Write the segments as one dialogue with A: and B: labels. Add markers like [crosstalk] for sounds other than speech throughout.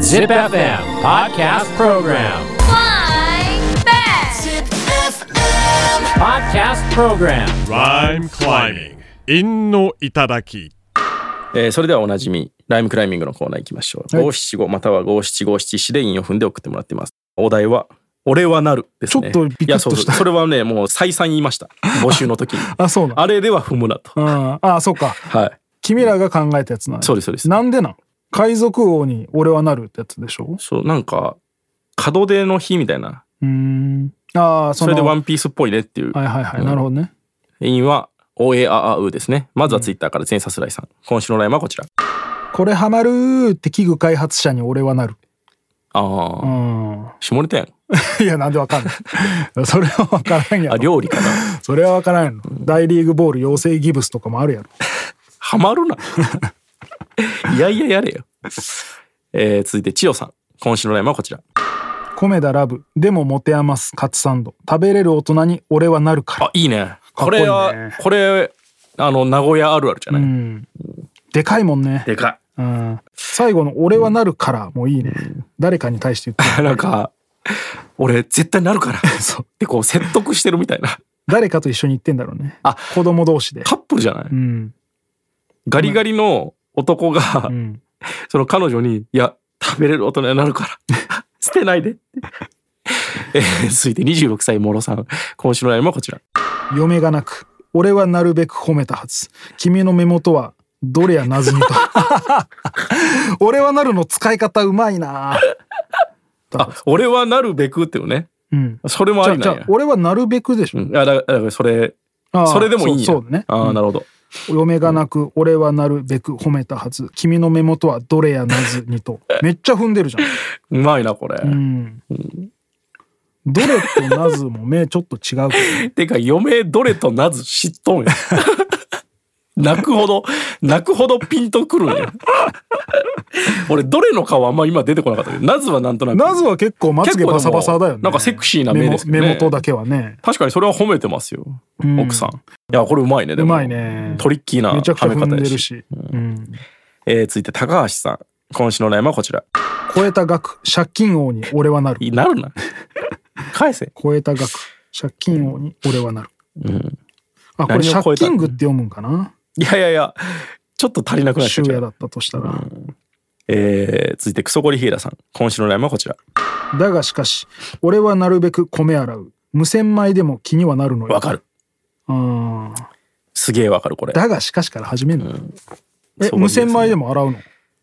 A: Zip FM Podcast Program.
B: Flying back.
A: Podcast Program.
C: Rhyme climbing. 陰の頂き。
D: えーそれではおなじみライムクライミングのコーナー行きましょう五七五または五七五七四で韻を踏んで送ってもらってますお題は「俺はなる」ですね
E: ちょっとビクッと
D: いやそうそう
E: した
D: それはねもう再三言いま
E: [laughs]
D: した募集の時に
E: あ、そうなん。
D: あれでは踏むなと
E: うん、あ、そうか。
D: はい
E: 君らが考えたやつなんや
D: そうですそうです
E: なんでなん海賊王に俺はなるってやつでしょ
D: そうなんか門出の日みたいな
E: うーん。ああ、そ
D: そ
E: の
D: れでワンピースっぽいねっていう
E: はいはいはい。なるほどね。
D: 韻は「おえああう」ですねまずはツイッターから全さすらいさん今週のライムはこちら
E: これハマるーって器具開発者に俺はなる。
D: あ
E: う
D: ー
E: ん。 [laughs]
D: 下ネタやん
E: いや、なんでわかんない。
D: [laughs]
E: それはわからんや
D: あ
E: ろ。
D: 料理かな
E: それはわからんやろ。大リーグボール養成ギブスとかもあるやろ。
D: ハマる
E: [laughs]
D: ないやいややれよ、えー続いて千代さん今週のライムはこちら
E: 米田ラブ。でも持て余すカツサンド。食べれる大人に俺はなるから。
D: あいいね
E: かっ
D: こ
E: こいいね
D: れはこれあの名古屋あるあるじゃない、
E: うん。でかいもんね。
D: でか
E: うん。最後の俺はなるからもいいね。誰かに対して言ってる。
D: いなんか俺絶対なるからっ
E: [laughs] そう。
D: てこう説得してるみたいな
E: 誰かと一緒に行ってんだろうね。
D: あ
E: 子供同士で。
D: カップルじゃない、
E: うん。
D: ガリガリの男が、
E: うん。
D: その彼女に「いや食べれる大人になるから [laughs] 捨てないでって」えー続いて26歳もろさん今週のライブはこちら
E: 嫁がなく、俺はなるべく褒めたはず。君の目元は、どれやな
D: [laughs]
E: ずみと。俺はなるの使い方うまいな
D: あ俺はなるべくっていうね
E: うん。
D: それも
E: じ
D: あ
E: ゃあ、
D: り
E: じ
D: な
E: ゃ
D: ん
E: あ
D: や
E: 俺はなるべくでし
D: う
E: ょ。
D: ん、あだだからそれ
E: あー
D: それでもいいんや
E: そうそうだね。
D: ああなるほど、
E: 嫁がなく、俺はなるべく褒めたはず。君の目元は、どれやなずにと。めっちゃ踏んでるじゃん。
D: うまいなこれ、
E: うん。どれとなずも目ちょっと違うけ
D: てか、嫁どれとなず知っとんや。 [laughs] 泣くほど、泣くほどピンとくるんや。俺、どれの顔あんま今出てこなかったけど、なずはなんとな [laughs] く。
E: ど。なずは結構まつげバサバサだ
D: 結構で
E: よね。
D: もなんかセクシーな目ですけどね
E: 目も目元だけはね。
D: 確かにそれは褒めてますよ、
E: うん
D: 奥さん。いや、これうまいね、で
E: う
D: も。
E: まい。ね。
D: トリッキーな
E: めちゃくちゃ
D: はめ
E: 踏
D: 方
E: ん
D: や
E: でる
D: し。
E: し。うん
D: えー、続いて高橋さん。今週の悩みはこちら。
E: 超えた額、借金王に俺はなる。
D: いなるな。返せ。
E: 超えた額、借金王に俺はなる。
D: うん。
E: あ、これ
D: 何を超えた
E: 借金具って読むんかない
D: やいやいや、ちょっと足りなくなっちゃ
E: 終
D: う
E: 夜だったとしたら。
D: えー、続いてクソゴリヒイラさん。今週の悩みはこちら。
E: だがしかし、俺はなるべく米洗う。無洗米でも気にはなるのよ。
D: わかる。。
E: うん。
D: すげえわかる、これ。
E: だがしかしから始めるの。え、
D: そう
E: 無洗米
D: いいですね
E: でも洗うの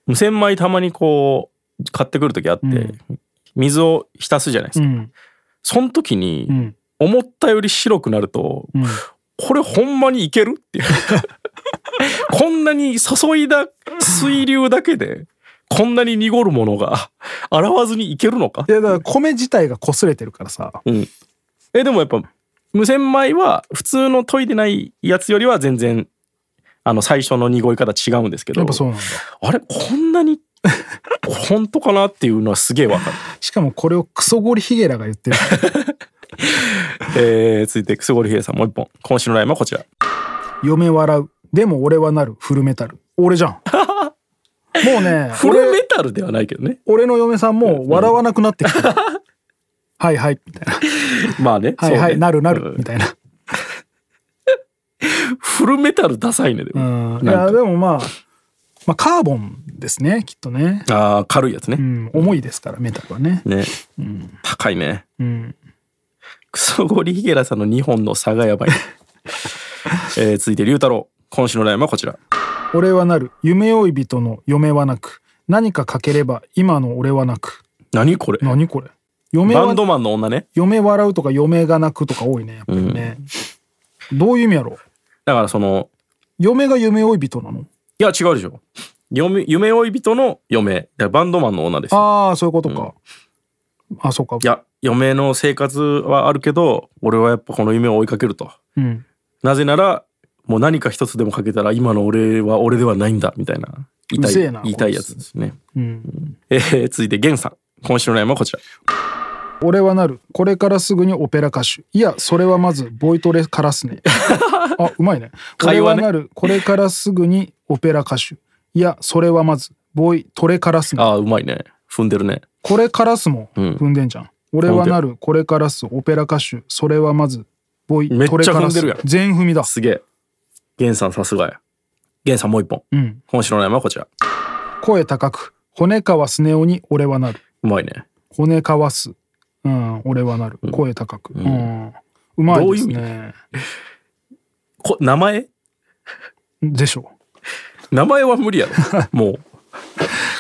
D: 無洗米たまにこう買ってくる時あって、
E: うん
D: 水を浸すじゃないです
E: う
D: か、
E: ん。
D: その時に
E: うん。
D: 思ったより白くなると、
E: うん。
D: これほんまにいけるっていう
E: [laughs]
D: こんなに注いだ水流だけでこんなに濁るものが洗わずにいけるのか
E: いやだから米自体が擦れてるからさ
D: えでもやっぱ無洗米は普通の研いでないやつよりは全然あの最初の濁り方違うんですけど
E: やっぱそうなんだ
D: あれこんなに [laughs] 本当かなっていうのはすげえわかる。
E: しかもこれをクソゴリヒゲラが言ってる [laughs]
D: えー、続いてクソゴリヒエさんもう一本今週のラインはこちら
E: 嫁笑うでも俺はなるフルメタル俺
D: [laughs]
E: じゃんもうね
D: フルメ
E: 俺
D: タルではないけどね
E: 俺の嫁さんもう笑わなくなって
D: [laughs]
E: きたはいはいみたいな
D: まあね
E: はいはい、
D: そうね
E: なるな
D: う
E: る
D: ん
E: みたいな
D: フルメタルダサいねで
E: う
D: も、
E: んい
D: なん
E: や
D: か
E: でもまあまあカーボンですねきっとね
D: ああ軽いやつ
E: う
D: ね、
E: ん重いですからメタルはね
D: ね、高いね
E: うん
D: クソゴリヒゲラさんの2本の差がやばい、
E: [laughs]
D: えー、続いて龍太郎今週のラインはこちら
E: 俺はなる夢追い人の嫁はなく何かかければ今の俺はなく
D: 何これ
E: 何これ嫁
D: バ
E: は
D: ンドマンの女ね
E: 嫁笑うとか嫁が泣くとか多いねやっぱりね、どういう意味やろう
D: だからその
E: 嫁が夢追い人なの
D: いや違うでしょ嫁夢追い人の嫁だからバンドマンの女ですよ
E: ああそういうことか、あそうか
D: いや嫁の生活はあるけど俺はやっぱこの夢を追いかけると
E: うん、
D: なぜなら、もう何か一つでもかけたら、今の俺は俺ではないんだ、みたいな。言いうた
E: ぜえ
D: い
E: な
D: 言いたいやつですね。
E: うん、
D: えー、続いて、ゲンさん。今週の悩みはこちら。
E: 俺はなるこれからすぐにオペラ歌手いやそれはまずボイトレか
D: [laughs]
E: らすねあうまいね
D: 会話
E: 俺は
D: ね
E: なるこれからすぐにオペラ歌手いやそれはまずボーイトレカラスも
D: ああ、うまいね。踏んでるね。
E: これカラスも
D: うん
E: 踏んでんじゃん、俺はなるこれカラスオペラ歌手それはまずボー
D: めっちゃ
E: イトレカラス
D: 踏んでるやん
E: 全踏みだ
D: すげえ。源さんさすがや。源さんもう一本。
E: うん
D: 本州の名前はこちら。
E: 声高く骨かわすねおに俺はなる
D: うまいね。
E: 骨かわす、うん、俺はなる声高く、うんうまいですね
D: こ名前
E: でしょ
D: 名前は無理や
E: [laughs]
D: ろ。もう。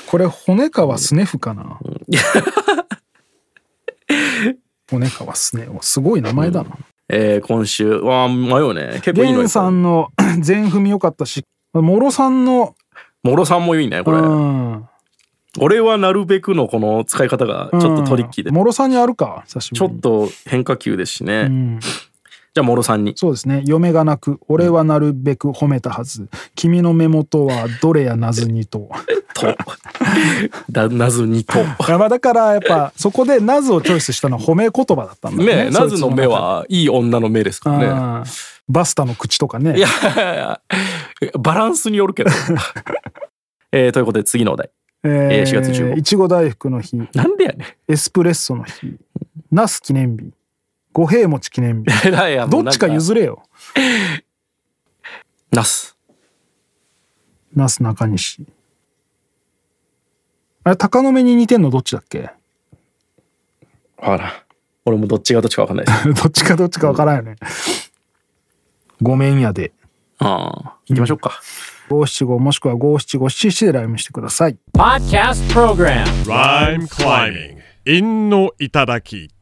E: これ骨川スネフかな、 [laughs] 骨川スネ夫すごい名前だな
D: えー、今週。わあ、迷うね。結構いいの
E: 源
D: よ。
E: さんの [clears throat] 全踏み良かったしもろさんの
D: もろさんもいいね、これ。
E: うん
D: 俺はなるべくのこの使い方がちょっとトリッキーで。
E: もろさんにあるか久しぶ
D: ち
E: り
D: ょ
E: に
D: っと変化球ですしね。
E: ん
D: じゃあ、もろさんに。
E: そうですね嫁がなく俺はなるべく褒めたはず君の目元はどれやなずにと [laughs]
D: と。だ、なずにと。
E: いやまあだからやっぱそこでなずをチョイスしたのは褒め言葉だったんだ
D: ね
E: ね
D: え、なずの目はいい女の目ですか
E: そいつの中で
D: らね。
E: うんバスタの口とかね
D: いやいやいや、バランスによ
E: [laughs]
D: るけど。えー、ということで次のお題。え
E: え
D: ー4月15
E: いちご大福の日
D: なんでやね
E: エスプレッソの日ナス記念日五平餅記念日
D: ん。いやいやも
E: ど
D: うなん
E: っちか譲れよ
D: なす。
E: ナス中西あれ鷹の目に似てんのどっちだっけ
D: わからん。俺もどっちがどっちかわかんないです。
E: [laughs] どっちかどっちかわからんよね、ごめんやで
D: ああ。行きましょうか。
E: 五七五もしくは五七五七七でライムしてください
A: Podcast Program
C: Rhyme climbing. 韻の頂き。